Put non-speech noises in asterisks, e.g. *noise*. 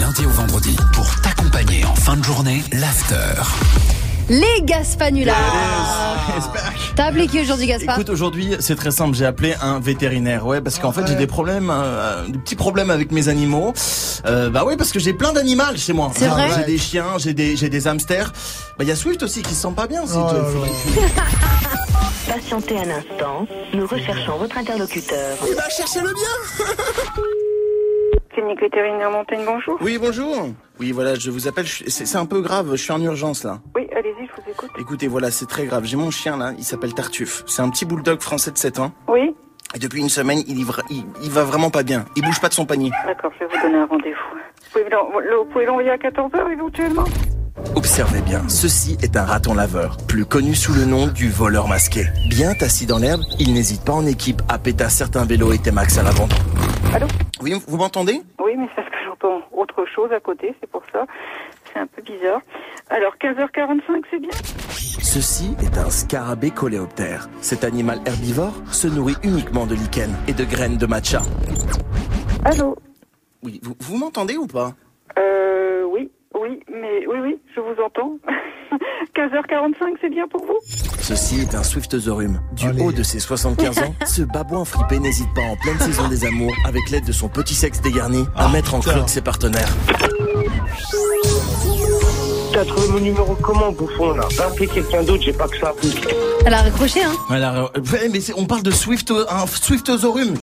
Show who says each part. Speaker 1: lundi au vendredi pour t'accompagner en fin de journée, l'after.
Speaker 2: Les Gaspanulas T'as appelé qui aujourd'hui, Gaspard
Speaker 3: Écoute, aujourd'hui, c'est très simple. J'ai appelé un vétérinaire. Ouais, parce qu'en
Speaker 2: Ah
Speaker 3: fait, j'ai des problèmes, euh, des petits problèmes avec mes animaux. Euh, bah ouais, parce que j'ai plein d'animaux chez moi. Ah,
Speaker 2: C'est vrai
Speaker 3: J'ai des chiens, j'ai des, j'ai des hamsters. Bah, il y a Swift aussi qui se sent pas bien.
Speaker 2: Oh
Speaker 3: c'est-
Speaker 4: Patientez un instant, nous recherchons votre interlocuteur.
Speaker 3: Il va chercher le bien.
Speaker 5: Clinique vétérinaire Montaigne, bonjour.
Speaker 3: Oui, bonjour. Oui, voilà, je vous appelle. je suis- C'est c'est un peu grave. Je suis en urgence là.
Speaker 5: Oui, allez-y, je vous écoute.
Speaker 3: Écoutez, voilà, c'est très grave. J'ai mon chien là. Il s'appelle Tartuffe. C'est un petit bulldog français de 7 ans.
Speaker 5: Oui
Speaker 3: Et depuis une semaine, il, y vra- il, il va vraiment pas bien. Il bouge pas de son panier.
Speaker 5: D'accord, je vais vous donner un rendez-vous. Vous pouvez l'en- le- Vous pouvez l'envoyer à 14h éventuellement
Speaker 3: Observez bien, ceci est un raton laveur, plus connu sous le nom du voleur masqué. Bien assis dans l'herbe, il n'hésite pas en équipe à péter certains vélos et T-Max à l'avant.
Speaker 5: Allô
Speaker 3: Oui, vous m'entendez
Speaker 5: Oui, mais c'est parce que j'entends autre chose à côté, c'est pour ça. C'est un peu bizarre. Alors, 15h45, c'est bien
Speaker 3: Ceci est un scarabée coléoptère. Cet animal herbivore se nourrit uniquement de lichen et de graines de matcha.
Speaker 5: Allô
Speaker 3: Oui, vous, vous m'entendez ou pas
Speaker 5: Euh, oui, oui, mais oui, oui, je vous entends. *laughs* 15h45, c'est bien pour vous
Speaker 3: Ceci est un Swiftosaurium. Du haut de ses 75 ans, ce babouin fripé n'hésite pas en pleine saison des amours, avec l'aide de son petit sexe dégarni, à mettre en cloque ses partenaires.
Speaker 6: T'as trouvé mon numéro comment, bouffon, là Va appeler quelqu'un d'autre, j'ai pas que ça.
Speaker 2: Elle a raccroché, hein
Speaker 3: Alors, euh, ouais, mais c'est- on parle de Swift, un Swiftosaurus